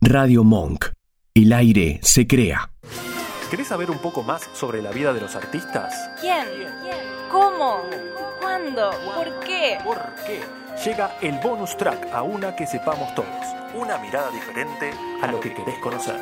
Radio Monk. El aire se crea. ¿Querés saber un poco más sobre la vida de los artistas? ¿Quién? ¿Cómo? ¿Cuándo? ¿Por qué? ¿Por qué? Llega el bonus track a una que sepamos todos. Una mirada diferente a lo que querés conocer.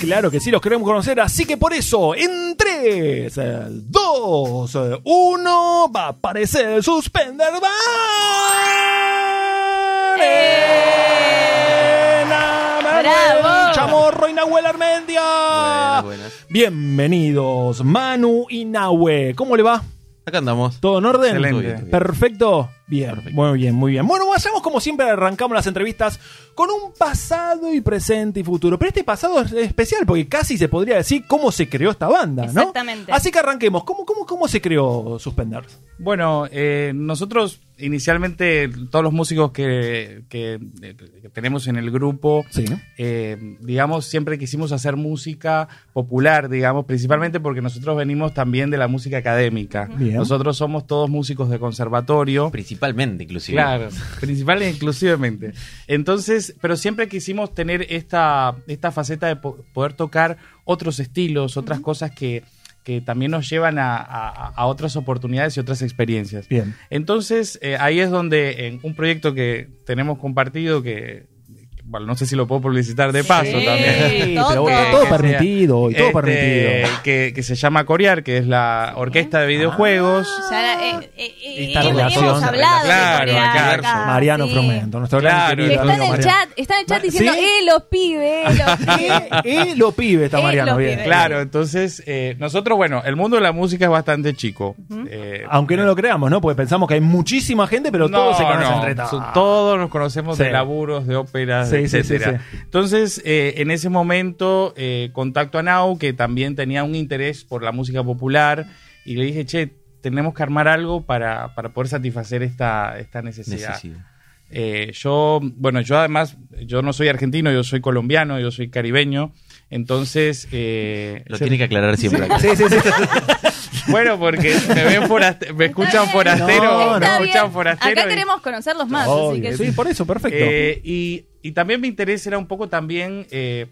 Claro que sí, los queremos conocer, así que por eso, en 3, 2, 1, va a aparecer Suspender Bar. En Amel, ¡Bravo! Chamorro y Nahuel Armendia. Buenas, buenas. Bienvenidos, Manu y Nahue. ¿Cómo le va? Acá andamos. ¿Todo en orden? Excelente. Muy bien, muy bien. Perfecto. Bien, Perfecto. muy bien, muy bien. Bueno, vayamos como siempre, arrancamos las entrevistas con un pasado y presente y futuro. Pero este pasado es especial porque casi se podría decir cómo se creó esta banda, ¿no? Exactamente. Así que arranquemos. ¿Cómo, cómo, cómo se creó Suspender? Bueno, eh, nosotros inicialmente, todos los músicos que, que- que tenemos en el grupo, Sí. eh, digamos, siempre quisimos hacer música popular, digamos, principalmente porque nosotros venimos también de la música académica. Bien. Nosotros somos todos músicos de conservatorio. Principalmente, inclusive. Claro, principales inclusivemente. Entonces, pero siempre quisimos tener esta, esta faceta de po- poder tocar otros estilos, otras cosas que, que también nos llevan a, a- a otras oportunidades y otras experiencias. Bien. Entonces, eh, ahí es donde en un proyecto que tenemos compartido que, bueno, no sé si lo puedo publicitar de paso Sí. también. Todo. pero bueno, Que- todo Este, que sea- permitido hoy, todo Este, permitido. Que, que se llama Corear, que es la orquesta de videojuegos. O sea, eh, eh, eh, Esta hemos, relación- hemos hablado Claro, de Corea acá. acá, Ah, Mariano sí. Frumento, nuestro gran Claro, querido Sí, Está en amigo el Mariano. chat, está en el chat Ma- diciendo, ¿Sí? eh, los pibes, eh, los pibes. Eh, lo pibe está Eh, Mariano, lo bien. pibe. Claro, entonces eh, nosotros, bueno, el mundo de la múctica es bastante chico. Eh, Aunque no lo creamos, ¿no? Porque pensamos que hay muchísima gente, pero todos se conocen no, entre todos. so- Todos nos conocemos Sí. de laburos, de óperas, Sí, de sí, sí, etcétera. Entonces, eh, en ese momento, eh, contacto a Nau, que también tenía un interés por la música popular, y le dije, che, tenemos que armar algo para, para poder satisfacer esta, esta necesidad. Necesidad. Eh, yo, bueno, yo además, yo no soy argentino, yo soy colombiano, yo soy caribeño, entonces... eh, Lo yo- tiene que aclarar siempre. acá. Sí, sí, sí. Bueno, porque me ven foraste- me escuchan forastero, No, me no. Está escuchan bien. forastero. Acá y- queremos conocerlos más, así Obvio, que sí, sí. por eso, perfecto. Eh, y, y también mi interés era un poco también eh,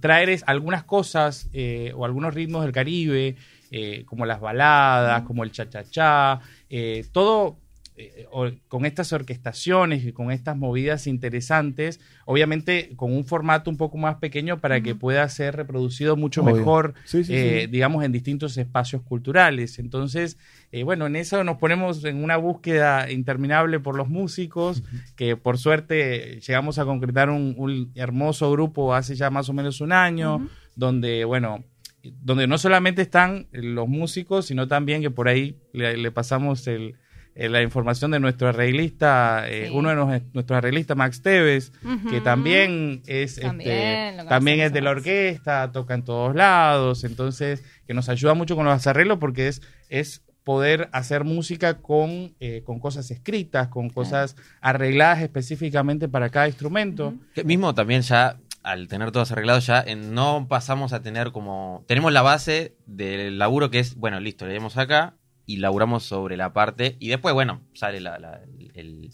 traer es- algunas cosas eh, o algunos ritmos del Caribe, eh, como las baladas, como el cha-cha-cha, eh, todo eh, o- con estas orquestaciones y con estas movidas interesantes, obviamente con un formato un poco más pequeño para que pueda ser reproducido mucho Obvio. mejor, Sí, sí, eh, sí. digamos, en distintos espacios culturales. Entonces, eh, bueno, en eso nos ponemos en una búsqueda interminable por los músicos, que por suerte llegamos a concretar un, un hermoso grupo hace ya más o menos un año, donde, bueno, donde no solamente están los músicos, sino también que por ahí le, le pasamos el- eh, la información de nuestro arreglista, eh, Sí. uno de nos- nuestros arreglistas, Max Teves, que Ujú. también es, También este, lo también conocemos es de a la Max. orquesta, toca en todos lados, entonces que nos ayuda mucho con los arreglos porque es, es poder hacer música con, eh, con cosas escritas, con cosas arregladas específicamente para cada instrumento. Que mismo también ya, al tener todos arreglados, ya en- no pasamos a tener como... Tenemos la base del laburo que es, bueno, listo, leemos acá y laburamos sobre la parte y después, bueno, sale la- la- el-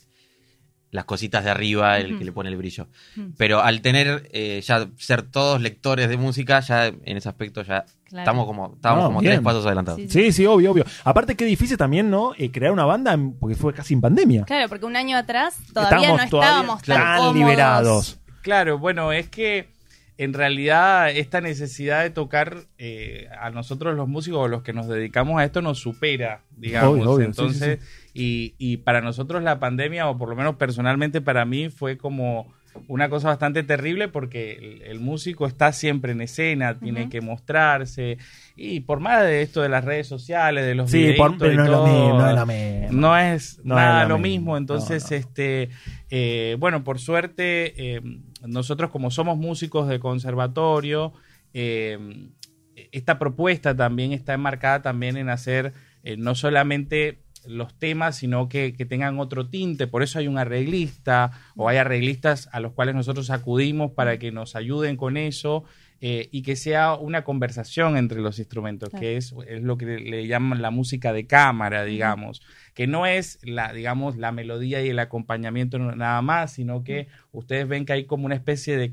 las cositas de arriba, el Ujú. Mm. que le pone el brillo. Ujú. Pero al tener eh, ya ser todos lectores de música, ya en ese aspecto ya Claro. estamos como, estábamos No, como bien. tres pasos adelantados. Sí, Sí, sí, obvio, obvio. Aparte, qué difícil también, ¿no? Eh, crear una banda en- porque fue casi en pandemia. Claro, porque un año atrás todavía no todavía estábamos tan, tan cómodos. liberados. Claro, bueno, es que en realidad esta necesidad de tocar eh, a nosotros los músicos o los que nos dedicamos a esto nos supera, digamos. Obvio, obvio, sí, Entonces, Y, y para nosotros la pandemia, o por lo menos personalmente para mí, fue como una cosa bastante terrible porque el, el músico está siempre en escena, tiene Ujú. que mostrarse. Y por más de esto de las redes sociales, de los Sí, por, videitos pero y no es lo todo, mismo, no es lo mismo. no es No nada es lo lo mismo. mismo. Entonces, No, no. este, eh, bueno, por suerte, eh, nosotros como somos músicos de conservatorio, eh, esta propuesta también está enmarcada también en hacer eh, no solamente los temas, sino que, que tengan otro tinte. Por eso hay un arreglista o hay arreglistas a los cuales nosotros acudimos para que nos ayuden con eso. eh, y que sea una conversación entre los instrumentos, Claro. que es, es lo que le llaman la música de cámara, digamos, que no es la, digamos, la melodía y el acompañamiento no- nada más, sino que ustedes ven que hay como una especie de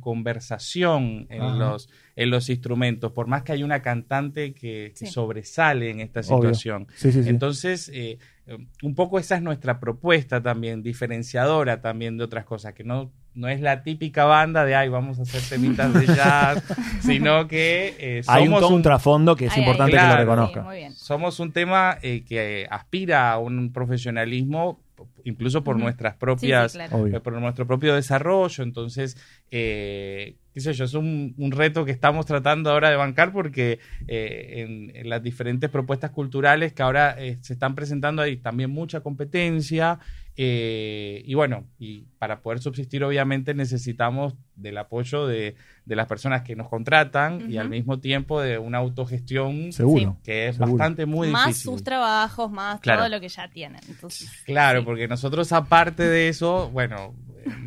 conversación Ajá. en los, en los instrumentos, por más que hay una cantante que Sí. sobresale en esta Obvio. situación. Sí, sí, sí. Entonces, eh, eh, un poco esa es nuestra propuesta también, diferenciadora también de otras cosas, que no, no es la típica banda de, ay, vamos a hacer temitas de jazz, sino que eh, Hay un somos, todo un trasfondo que es Ay, ay, importante que lo claro. Sí, reconozca. muy bien. somos un tema eh, que aspira a un profesionalismo, incluso por Ujú. nuestras Sí, sí, propias claro. Obvio. eh, por nuestro propio desarrollo. Entonces, eh, qué sé yo, es un, un reto que estamos tratando ahora de bancar porque eh, en, en las diferentes propuestas culturales que ahora eh, se están presentando hay también mucha competencia. eh, y bueno, y para poder subsistir obviamente necesitamos del apoyo de, de las personas que nos contratan y Ujú. al mismo tiempo de una autogestión Seguro. que es seguro. bastante muy más difícil. sus trabajos, más Claro. todo lo que ya tienen. Entonces, Claro, Sí. porque nosotros aparte de eso, bueno,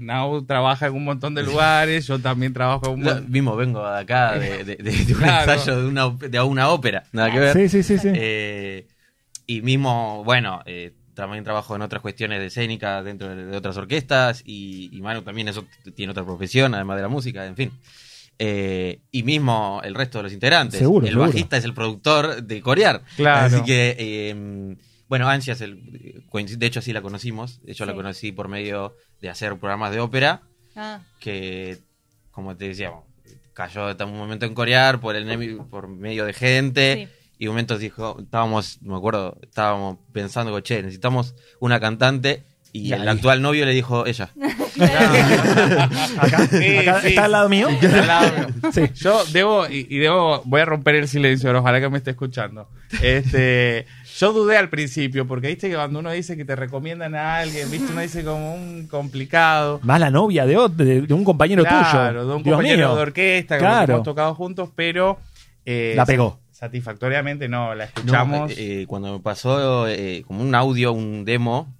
Nau trabaja en un montón de lugares, yo también trabajo en un Lo montón... mismo vengo de acá, de, de- de- de un Claro. ensayo de una, op- de una ópera. Nada que ver. Sí, sí, sí, sí. Eh, y mismo, bueno, eh, también trabajo en otras cuestiones de escénica dentro de, de otras orquestas. Y, y Manu también eso t- tiene otra profesión, además de la música, en fin. Eh, y mismo el resto de los integrantes. Seguro, el seguro. bajista es el productor de Corear. Claro. Así que, eh, bueno, Ansias, el, de hecho así la conocimos. Yo la Sí. conocí por medio de hacer programas de ópera ah, que, como te decíamos, cayó hasta un momento en corear por, el, nemi- por medio de gente. Y un momento dijo, estábamos, me acuerdo, estábamos pensando, digo, che, necesitamos una cantante. Y, Y el ahí. actual novio le dijo, ella. Acá, Sí, acá sí, está sí. al lado mío. Al lado. Sí. Yo debo, y, y debo, voy a romper el silencio, ahora, ojalá que me esté escuchando. Este, yo dudé al principio, porque viste que cuando uno dice que te recomiendan a alguien, viste, uno dice como un complicado. Más la novia de, ot- de- de un compañero Claro, tuyo. de un Dios compañero mío. de orquesta, que Claro. hemos tocado juntos, pero... eh, La pegó. Satisfactoriamente no, la No, escuchamos. eh, eh, cuando me pasó eh, como un audio, un demo,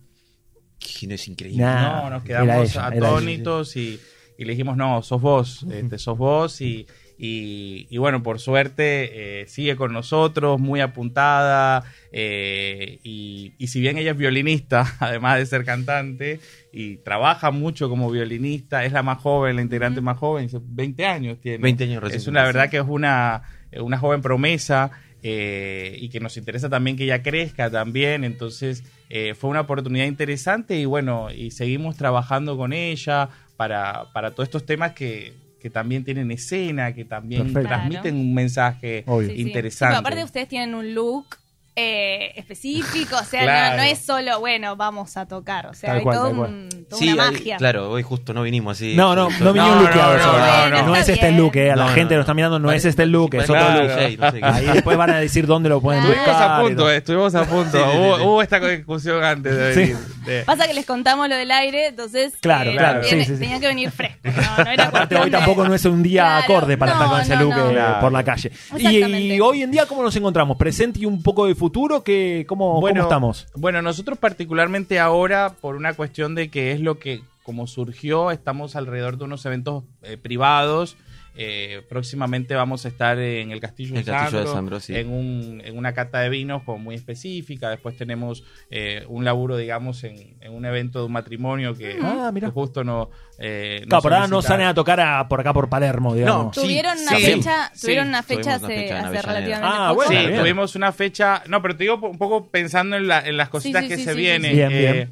que no es increíble. Nah. No, nos quedamos era ella, era atónitos y, y le dijimos, no, sos vos, este, sos vos y, y- y bueno, por suerte eh, sigue con nosotros, muy apuntada eh, y, y si bien ella es violinista, además de ser cantante y trabaja mucho como violinista, es la más joven, la integrante más joven, 20 años tiene. 20 años recién. Es una verdad que es una, eh, una joven promesa eh, y que nos interesa también que ella crezca también. Entonces eh, fue una oportunidad interesante y bueno, y seguimos trabajando con ella para, para todos estos temas que, que también tienen escena, que también Perfecto. transmiten Claro. un mensaje. Obvio. sí, sí. Interesante. Sí, pero aparte ustedes tienen un look eh, específico, o sea, Claro. no, no es solo, bueno, vamos a tocar, o sea, Tal hay cual, todo tal un- toda Sí, una ahí- magia. claro, hoy justo no vinimos así. No, no, no vino No, un luqueado. no, eso. no, no, No, no. es pues Está este el bien. look, eh. A la gente que lo está mirando, no es este el look, es otro Claro. look. Ahí después van a decir dónde lo pueden Estuvimos a Ah, buscar. y punto, todo. eh, estuvimos a punto. sí, hubo, sí. hubo esta discusión antes de Sí. venir. De- Pasa que les contamos lo del aire, entonces Claro, claro, también sí, sí, sí. tenían que venir fresco. No, no era Aparte, cuestión hoy de- tampoco no es un día Claro, acorde para estar no, con ese no, look no. eh, Claro. por la calle. Y, Exactamente. hoy en día, ¿cómo nos encontramos? ¿Presente y un poco de futuro? ¿Qué, cómo, ¿Cómo estamos? Bueno, nosotros particularmente ahora, por una cuestión de que es lo que, como surgió, estamos alrededor de unos eventos eh, privados. Eh, próximamente vamos a estar en el Castillo, El de, Castillo de Sandro, Sandro, sí. en, un- en una cata de vinos como muy específica. Después tenemos eh, un laburo, digamos, en, en un evento de un matrimonio que, Ah, mira. que justo no... eh, nos Claro, por ahora no solicitaron. salen a tocar a- por acá por Palermo, digamos. Sí, Tuvieron una sí, fecha, sí, tuvieron una tuvimos fecha una hace, fecha en hace Avellaneda. relativamente Ah, poco. bueno, Sí, bien. tuvimos una fecha. No, pero te digo un poco pensando en, la- en las cositas sí, que sí, se sí, vienen. sí, sí. Eh, Bien, bien. eh,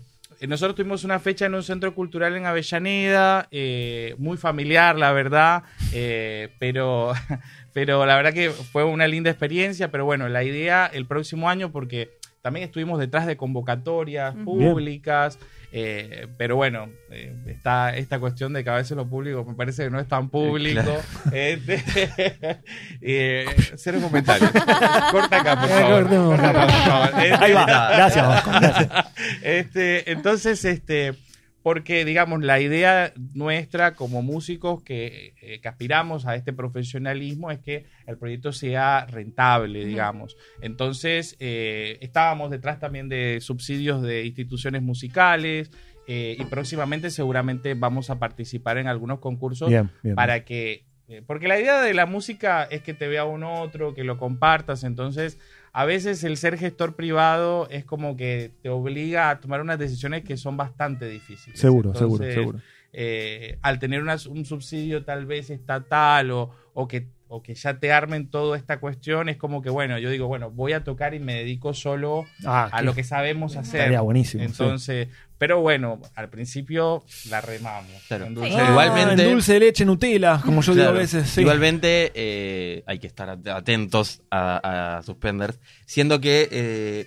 Nosotros tuvimos una fecha en un centro cultural en Avellaneda, eh, muy familiar, la verdad, eh, pero, pero la verdad que fue una linda experiencia. Pero bueno, la idea el próximo año, porque también estuvimos detrás de convocatorias Ujú. Bien. públicas, eh, pero bueno, eh, está esta cuestión de que a veces lo público me parece que no es tan Eh, público. Este, eh, cero comentarios. Corta acá, por favor. Corta acá, por favor. Este, Ahí va, gracias. Vasco, gracias. este, entonces, este, porque digamos, la idea nuestra como músicos que, eh, que aspiramos a este profesionalismo es que el proyecto sea rentable, digamos. Entonces, eh, estábamos detrás también de subsidios de instituciones musicales. eh, y próximamente seguramente vamos a participar en algunos concursos Bien, bien. para que Eh, porque la idea de la música es que te vea un otro, que lo compartas, entonces a veces el ser gestor privado es como que te obliga a tomar unas decisiones que son bastante difíciles. Seguro, seguro, Entonces, seguro. eh, al tener unas- un subsidio tal vez estatal o, o que, o que ya te armen toda esta cuestión, es como que, bueno, yo digo, bueno, voy a tocar y me dedico solo Ah, a lo que sabemos hacer. estaría buenísimo. sí. Entonces, pero bueno, al principio la remamos. Claro. Entonces, Ah, Igualmente- en dulce de leche, Nutella, como yo digo Claro. a veces. sí. Igualmente, eh, hay que estar at- atentos a, a Suspenders. Siendo que, eh,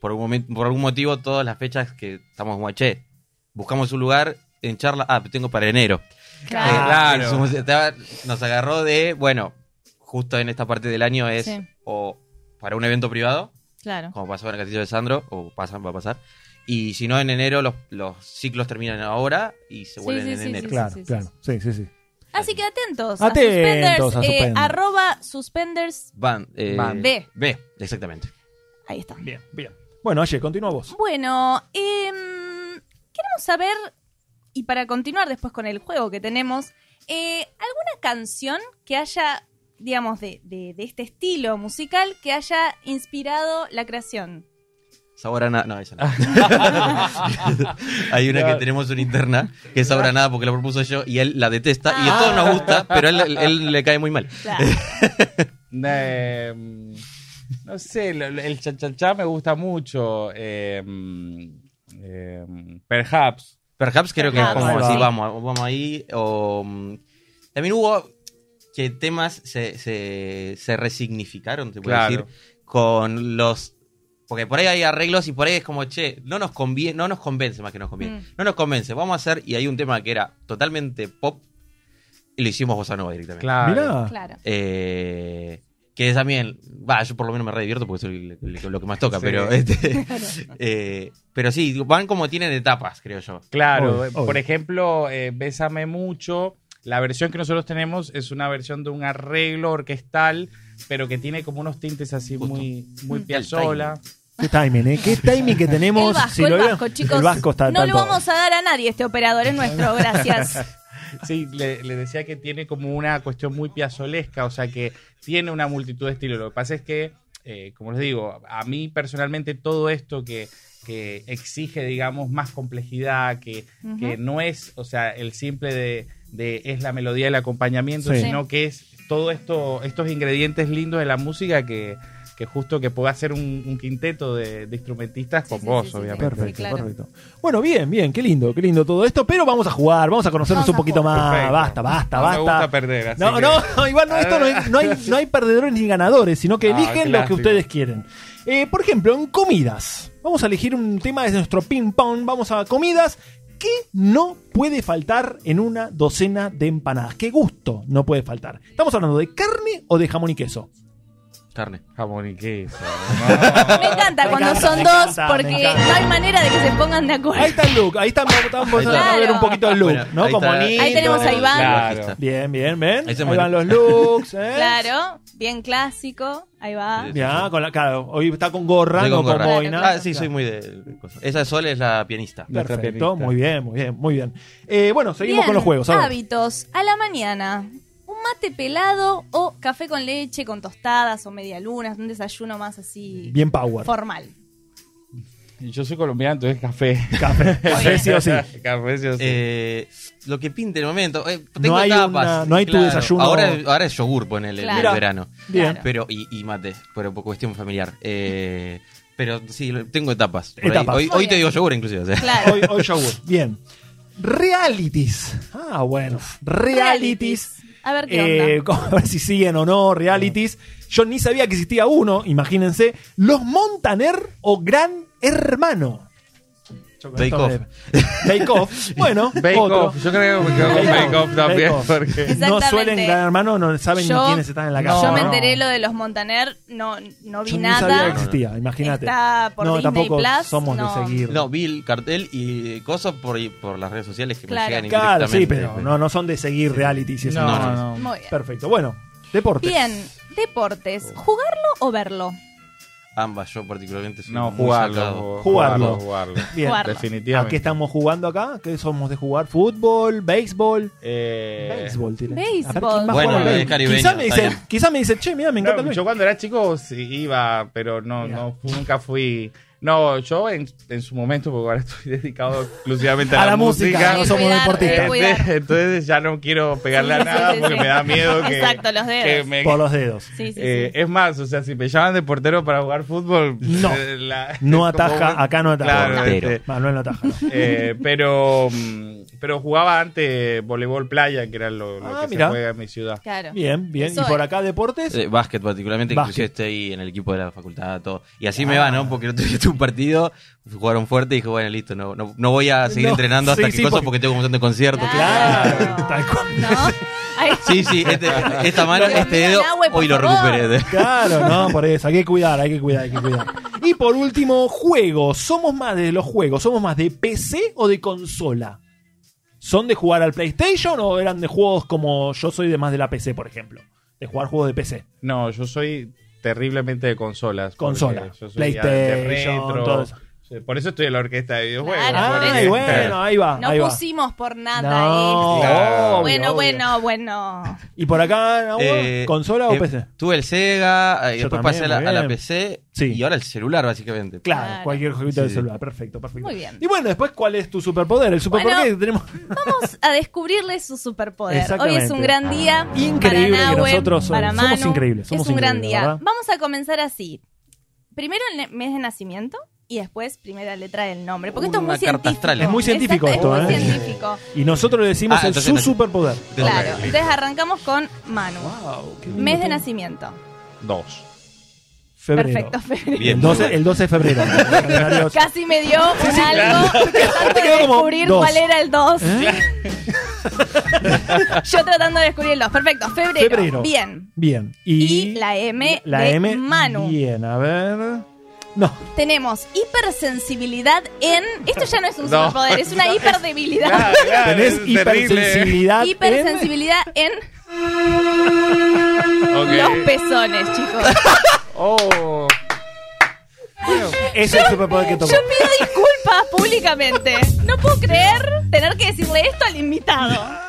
por, un momen- por algún motivo, todas las fechas que estamos como, che, buscamos un lugar en charla. Ah, tengo para enero. Eh, Claro. en su- estaba- nos agarró de, bueno, justo en esta parte del año es Sí. o para un evento privado, Claro. como pasó en el Castillo de Sandro, o pasan, va a pasar. Y si no, en enero los, los ciclos terminan ahora y Sí, se vuelven sí, en sí, enero. sí, Claro, sí, sí, claro. Sí, sí, sí. Así que atentos. Atentos a Suspenders. a eh, Suspenders. arroba Suspenders. Van, eh, Van. B. B, exactamente. Ahí está. Bien, bien. Bueno, oye, continúa vos. Bueno, em, queremos saber, y para continuar después con el juego que tenemos, eh, alguna canción que haya, digamos, de, de- de este estilo musical que haya inspirado la creación. Sabor a nada. No, esa no. Hay una que tenemos una interna que es sabor a nada porque la propuso yo y él la detesta y a todos nos gusta, pero a él, él le cae muy mal. Claro. Eh, no sé, lo- lo- el cha-cha-cha me gusta mucho. eh, eh, perhaps. Perhaps creo que Perhaps, es como ahí va. así, vamos, vamos ahí. O, mm, también hubo que temas se, se, se resignificaron, se puede Claro. decir, con los... Porque por ahí hay arreglos y por ahí es como, che, no nos conviene, no nos convence más que nos conviene. Mm. No nos convence, vamos a hacer... Y hay un tema que era totalmente pop y lo hicimos bossa nova directamente. Claro. Mirá. claro. Eh, que también, va, yo por lo menos me re divierto porque soy el- el- lo que más toca, Sí. pero este, eh, pero sí, digo, van como tienen etapas, creo yo. Claro, Obvio, eh, obvio. por ejemplo, eh, Bésame mucho. La versión que nosotros tenemos es una versión de un arreglo orquestal, pero que tiene como unos tintes así Justo. muy, muy Mm. piazola. Qué timing, ¿eh? Qué timing que tenemos. El vasco, si el lo vieron- vasco, chicos. El vasco está no está lo todo. vamos a dar a nadie este operador, es nuestro, gracias. Sí, le, le decía que tiene como una cuestión muy piazolesca, o sea que tiene una multitud de estilos. Lo que pasa es que, eh, como les digo, a mí personalmente todo esto que, que exige, digamos, más complejidad, que, Ujú. que no es, o sea, el simple de, de- es la melodía, el acompañamiento, Sí. sino que es todo esto, estos ingredientes lindos de la música que, que justo que pueda hacer un, un quinteto de, de instrumentistas con sí, vos, sí, sí, obviamente. Perfecto, Sí, claro. perfecto. Bueno, bien, bien, qué lindo, qué lindo todo esto, pero vamos a jugar, vamos a conocernos Vamos un a poquito jugar. más. Perfecto. Basta, basta, No me basta. gusta perder, así no, que- no, igual no, esto no, hay- no hay, no hay perdedores ni ganadores, sino que Ah, eligen qué lo que lástima. ustedes quieren. Eh, por ejemplo, en comidas, vamos a elegir un tema desde nuestro ping-pong, vamos a comidas. ¿Qué no puede faltar en una docena de empanadas? ¿Qué gusto no puede faltar? ¿Estamos hablando de carne o de jamón y queso? Carne. Jamón y queso. Me encanta Me cuando encanta, son me dos encanta, me porque encanta. no hay manera de que se pongan de Ahí acuerdo. está el look, ahí está, vamos Ahí a está. ver un poquito el look, Bueno, ¿no? Ah, ahí Como está- anillo. Ahí tenemos a Iván. Claro. Bien, bien, ven. Ahí Ahí, se muere. van los looks, ¿eh? Claro, bien clásico. Ahí va. Ya, con la, claro, hoy está con gorra, Soy no con con gorra. boina. Ah, sí, soy muy de. cosas. Esa Sol es la pianista. nuestra Perfecto, pianista. muy bien, muy bien, muy bien. Eh, bueno, seguimos Bien, con los juegos. a ver. Hábitos a la mañana. Un mate pelado o café con leche, con tostadas o medialunas, un desayuno más así Bien power. formal. Y Yo soy colombiano, entonces café. Café, café sí o sí. Café sí o sí. Eh, lo que pinte el momento. Eh, tengo No hay etapas. una- no hay tu desayuno. Ahora, ahora es yogur, ponele en Claro. el verano. Bien. Claro. Pero, y, y mate, pero por cuestión familiar. Eh, pero sí, lo- tengo etapas. por ahí. Etapas. Hoy, Muy hoy te bien. digo yogur, inclusive. o sea. Claro. Hoy, hoy yogur. Bien. Realities. Ah, bueno. Realities. A ver qué onda. Eh, a ver si siguen o no realities. Yo ni sabía que existía uno, imagínense. Los Montaner o Gran Hermano. Yo con Bake esto me- Off. Bake Off. Bueno, Bake otro. Off. Yo creo que me quedo con Bake Bake Off, Off también. Bake Off. Porque... No Exactamente. suelen Gran Hermano, no saben Yo- ni quiénes están en la casa. Yo me ¿no? enteré lo de los Montaner, no, no vi Yo ni sabía que nada. existía, imagínate. Está por no, Disney tampoco Plus, somos no. de seguir. No, vi el cartel y eh, cosas por, ahí- por las redes sociales que Claro. me llegan Claro, sí, indirectamente. pero no, no son de seguir reality. Si es No, una- no, no. Muy bien. Perfecto. Bueno, deporte. Bien, deportes. ¿Jugarlo o verlo? Ambas, yo particularmente soy No, muy jugarlo. sacado. Jugarlo. Jugarlo. Jugarlo. Bien. Jugar. Definitivamente. ¿A qué estamos jugando acá? ¿Qué somos de jugar? ¿Fútbol? ¿Béisbol? Eh, béisbol, tiene. Béisbol. Bueno, al es béisbol? caribeño, Quizá me, está dice, bien. quizá me dice, che, mira, me encanta no, el yo béisbol. cuando era chico sí, iba, pero no, no nunca fui. No, yo en, en su momento, porque ahora estoy dedicado exclusivamente a, A la música, no somos deportistas. Eh, Cuidar. entonces, entonces ya no quiero pegarle a Sí, sí, nada sí, porque sí. me da miedo que, Exacto, los dedos. que me- Por los dedos. Sí, sí, sí. Eh, Es más, o sea, si me llaman de portero para jugar fútbol, No. eh, la- No es como- ataja, acá no ataja. Claro, Portero. este, Manuel no ataja. no. eh, pero, mm, pero jugaba antes voleibol playa, que era lo, lo Ah, que mira. se juega en mi ciudad. Claro. Bien, bien. ¿Y Soy. por acá deportes? Eh, básquet particularmente, que Básquet. Ah. inclusive estoy en el equipo de la facultad, todo. Y así me va, ¿no? Porque el otro día tuve un partido, jugaron fuerte y dije, bueno, listo, no, no, no voy a seguir No, entrenando hasta sí, que sí, cosas porque- porque... tengo un montón de conciertos. Claro. Tal cual. ¿No? Ay, Sí, sí, este- esta mano, Dios este mío, dedo, Nahue, por hoy lo favor. recuperé. Claro, no, por eso. Hay que cuidar, hay que cuidar, hay que cuidar. Y por último, juegos. ¿Somos más de los juegos? ¿Somos más de PC o de consola? ¿Son de jugar al PlayStation o eran de juegos como yo soy de más de la PC, por ejemplo? De jugar juegos de PC. No, yo soy terriblemente de consolas. porque Consola, Yo soy de PlayStation, retro. todo eso. Sí, Por eso estoy en la orquesta de videojuegos. Claro, por porque- Ay, eso. bueno, ahí va. No ahí va. pusimos por nada No, esto. Claro. obvio, bueno, obvio. bueno, bueno. ¿Y por acá, Nahuel, Eh, consola eh, o PC? Tuve el Sega, eh, Yo también, después pasé a la, muy a la bien. PC Sí. y ahora el celular, básicamente. Claro, Claro. cualquier jueguito Sí, del sí. celular. Perfecto, perfecto. Muy bien. Y bueno, después, ¿cuál es tu superpoder? El superpoder Bueno, que tenemos. Vamos a descubrirle su superpoder. Hoy Exactamente. Ah. es un gran día. Increíble para que Nahue, nosotros somos. para Somos Manu. increíbles, somos es un gran increíbles, día. ¿verdad? Vamos a comenzar así. Primero el mes de nacimiento y después primera letra del nombre. Porque esto es Una muy carta científico. astral. Es muy científico Exacto, esto, es ¿eh? muy científico. Y nosotros le decimos Ah, el entonces su no- superpoder. Claro. Entonces arrancamos con Manu. Wow, qué lindo Mes de todo. nacimiento. Dos. Febrero. Perfecto, febrero. Bien, El muy 12, bueno. el 12 de febrero. El calendario- Casi me dio un algo tratando quedó de como descubrir dos. ¿Eh? cuál era el 2. Yo tratando de descubrir el 2. Perfecto, febrero. Febrero. Bien. Bien. Y, Y, la M la de M, Manu. Bien, a ver. No, Tenemos hipersensibilidad en... Esto ya no es un No. superpoder, es una hiperdebilidad. Claro, claro, tenés es terrible. hipersensibilidad. Hipersensibilidad en los Ok. pezones, chicos. Oh. en- Es el superpoder que Yo tocó. pido disculpas públicamente. No puedo creer tener que decirle esto al invitado.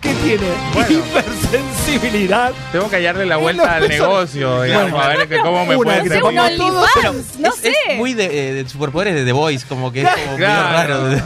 ¿Qué tiene? Bueno. Hipersensibilidad. Tengo que hallarle la vuelta al negocio, digamos, a ver que cómo me Una puede Hacer que se servir. un ponga todo, OnlyFans, no es, sé. es muy de, eh, de superpoderes de The Voice, como que es como medio Claro. raro.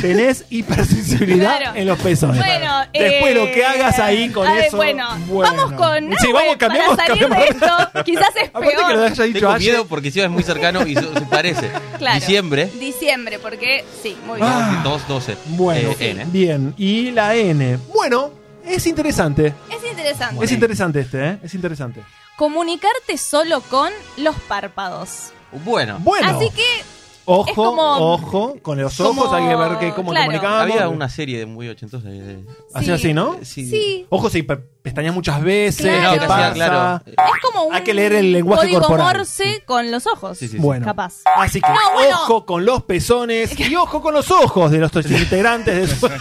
Tenés hipersensibilidad Claro. en los pezones. Bueno, Después eh, lo que hagas ahí con ay, eso. Bueno, vamos con Sí, Nahue vamos, cambiamos, para salir cambiamos. de esto. Quizás es Aparte que lo peor. haya dicho Tengo ayer. miedo porque si es muy cercano y so- se parece. Claro. Ah. Diciembre, Diciembre, porque sí, muy bien. Ah. 2-12. Bueno, eh, N. bien. Y la N. Bueno, es interesante. Es interesante. Es interesante este, ¿eh? Es interesante. Comunicarte solo con los párpados. Bueno, Bueno, Así que, ojo, es como- ojo, con los como- ojos hay que ver que, cómo claro. comunicamos. había una serie de muy ochentosa. de- de- Así, Sí. así, ¿no? sí, sí, Ojo, si pe- pestañas muchas veces, Claro. ¿qué que pasa? hacía, claro. eh, es como un Hay que leer el lenguaje código corporal. morse con los ojos. Sí, sí, sí. Bueno, Capaz. así que No, bueno. ojo con los pezones y ojo con los ojos de nuestros integrantes. De su- Yo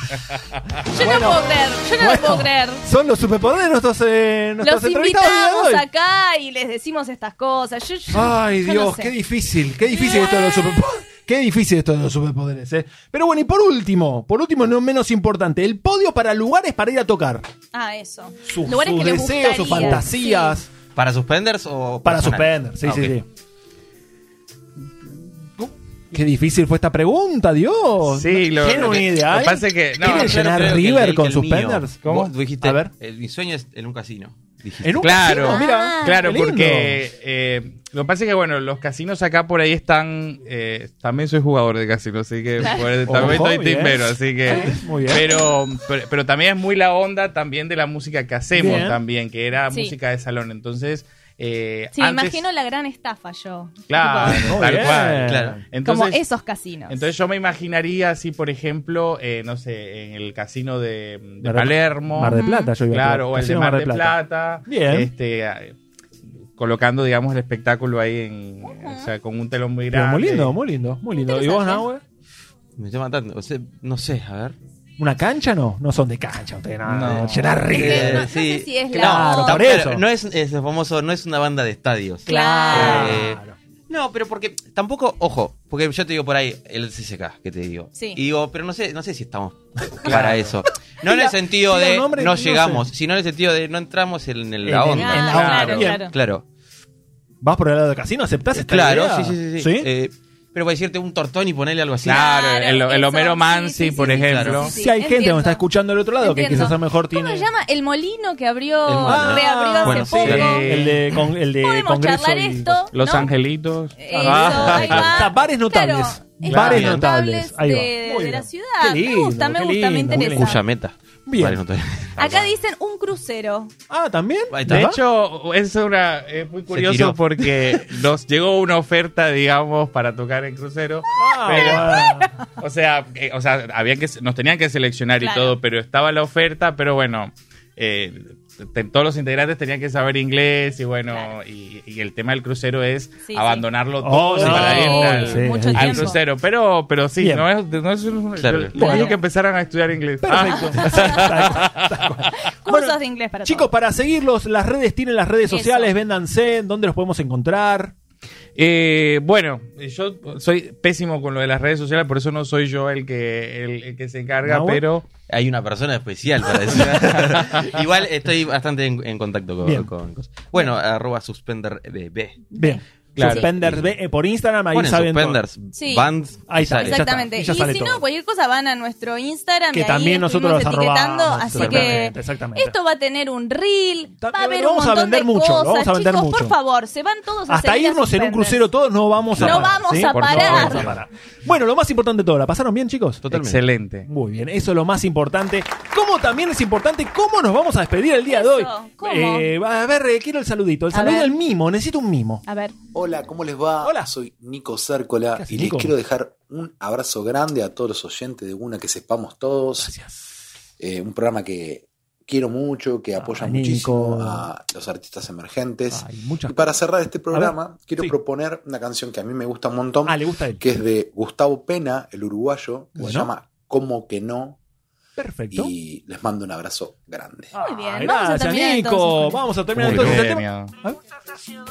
no puedo creer, yo no lo Bueno. puedo creer. Son los superpoderes nuestros, eh, nuestros Los entrevistados del día de invitamos hoy. acá y les decimos estas cosas. Yo- yo- Ay, yo no Dios, sé. qué difícil, qué difícil esto de los superpoderes. Qué difícil esto de los superpoderes, eh. Pero bueno, y por último, por último, no menos importante, el podio para lugares para ir a tocar. Ah, eso. Sus, Lugares sus que les deseos, sus gustaría, fantasías. sí. ¿Para suspenders o Para personal? suspender, sí, Ah, sí, ok. sí. Qué difícil fue esta pregunta, Dios. Sí, lo- Tiene lo un que- ideal. lo que pasa es que- no, ¿Quieren yo llenar creo que el- River el- con el suspenders? mío. ¿Cómo? Vos dijiste, a ver. el- mi sueño es en un casino. dijiste. En un Claro. casino, mira. Ah, Claro, qué lindo. porque eh, lo que pasa es que, bueno, los casinos acá por ahí están. eh, también soy jugador de casino, así que por- también Ojo, soy bien. timbero, así que. Sí, muy bien. Pero, pero, pero también es muy la onda también de la música que hacemos, Bien. también, que era Sí. música de salón. Entonces. Eh, Sí, me antes- imagino la gran estafa yo. Claro, Muy tal bien. cual. Claro. Entonces, como esos casinos. Entonces yo me imaginaría así, por ejemplo, eh, no sé, en el casino de, de Mar de- Palermo. Mar del Plata, yo iba a Claro, decir. o el de Casino Mar del Plata. Bien. Este, ah, colocando, digamos, el espectáculo ahí en, o sea, con un telón muy Pero grande. muy lindo, muy lindo, muy lindo. ¿Y vos, Interesante. Nahue? Me está matando. o sea, no sé, a ver. ¿Una cancha no? No son de cancha, ustedes no. No. Llenar Es que Eh, River. no- no sé si es la Claro, onda. por pero eso. No es, es famoso, no es una banda de estadios. Claro. Eh, No, pero porque tampoco, ojo, porque yo te digo por ahí el CCK que te digo. Sí. Y digo, pero no sé, no sé si estamos para eso. No en el sentido Mira, de no, hombre, no no llegamos, sino en el sentido de no entramos en, Eh, el- En la el- onda. en la Claro. claro, Bien. claro. Claro. ¿Vas por el lado del casino? ¿Aceptás esta Claro, idea? sí, sí, sí. sí. Eh, pero para decirte un tortón y ponerle algo así. Claro, Claro, el, el eso, Homero sí, Mansi, sí, sí, por sí, ejemplo. sí, si hay gente que entiendo. nos está escuchando del otro lado, que Entiendo. quizás a lo ¿Cómo mejor tiene. Ah, se llama? El molino que abrió, El molino. reabrió hace Bueno, sí. poco. Eh, Sí. El de, con, el de Podemos Congreso. charlar y- esto. Los ¿no? Eh, angelitos. Eso, Ah. ahí va. Está, bares notables. es Bares bares notables, notables ahí va. de, Muy de la bien. ciudad. Qué me lindo, gusta, me qué gusta, me lindo, qué interesa. Cuya meta. Bien. Vale, no te- Acá dicen un crucero. Ah, también. Ahí está. ¿De De hecho? hecho, es, una, es muy curioso tiró. porque nos llegó una oferta, digamos, para tocar en crucero. Ah, bueno. O sea, eh, o sea había que, nos tenían que seleccionar y Claro. todo, pero estaba la oferta, pero bueno, eh, te- todos los integrantes tenían que saber inglés y bueno, Claro. y, y el tema del crucero es sí. abandonarlo Oh, todo no, para ir sí, al, sí. mucho al tiempo. crucero. Pero, pero sí, Bien. no es, no es un- Claro. yo- les Bueno. digo que empezaran a estudiar inglés. Ah, Ah, Perfecto. Cursos Ah, Bueno, de inglés para Chicos, para seguirlos, las redes tienen las redes Eso. sociales, véndanse, ¿dónde los podemos encontrar? Eh, bueno, yo soy pésimo con lo de las redes sociales, por eso no soy yo el que, el, el que se encarga, Nahuel. pero Hay una persona especial para decir. Igual estoy bastante en, en contacto Bien. con, con cosas. Bueno, arroba suspender eh, B. Bien. Claro. Suspenders ve, eh, por Instagram, ahí Ponen saben. todo. suspenders, Sí. bands, Ahí sale. ya sale. está, Exactamente. y ya sale y si todo. no, cualquier cosa van a nuestro Instagram. y Que ahí también nosotros los estuvimos etiquetando. arrobamos. Así que Exactamente, exactamente. esto va a tener un reel, Ta- va a haber un vamos a montón vender de mucho, lo cosas. vamos a vender Chicos, mucho. por favor, se van todos a Hasta seguir a irnos en un Suspenders. crucero todos no vamos a No parar. vamos ¿sí? a Por parar. favor, Bueno, lo más importante de todo, ¿la pasaron bien, chicos? Totalmente. excelente. Muy bien, eso es lo más importante. Como también es importante cómo nos vamos a despedir el día de hoy. Eso, ¿cómo? Eh, a ver, eh, quiero el saludito. El A saludo ver. del mimo, necesito un mimo. A ver, Hola, ¿cómo les va? Hola. Soy Nico Cércola ¿Qué haces, y les Nico? quiero dejar un abrazo grande a todos los oyentes de una que sepamos todos. Eh, un programa que quiero mucho, que apoya Ay, muchísimo Nico. a los artistas emergentes. Ay, muchas y para cerrar este A programa, quiero sí. proponer una canción que a mí me gusta un montón, Ah, le gusta a él. que es de Gustavo Pena, el uruguayo, que Bueno. se llama Como que no. Perfecto. Y les mando un abrazo grande. Muy bien, Ah, vamos a gracias, terminar Nico. entonces con esto. vamos a terminar Muy entonces el tema. genio.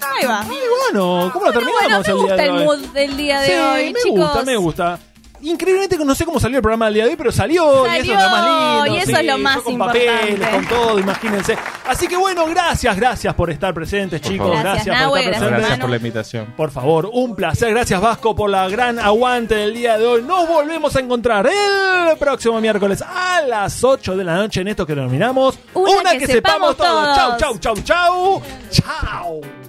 ahí va. Y bueno, ¿cómo Bueno, lo terminamos me el día gusta de el hoy? mood del día de sí, hoy, me chicos. gusta, me gusta. Increíblemente no sé cómo salió el programa del día de hoy, pero salió, y eso es lo más lindo. Salió, y eso sí, es lo más yo con importante. papeles, con todo, imagínense. Así que bueno, gracias, gracias por estar presentes, chicos. favor. Gracias, Gracias, Nahue, por estar presentes. Gracias hermano. por la invitación. Por favor, un placer. Gracias Vasco por la gran aguante del día de hoy. Nos volvemos a encontrar el próximo miércoles a las 8 de la noche en esto que denominamos Una que sepamos Chau, todos. chau, chau, chau. Chau.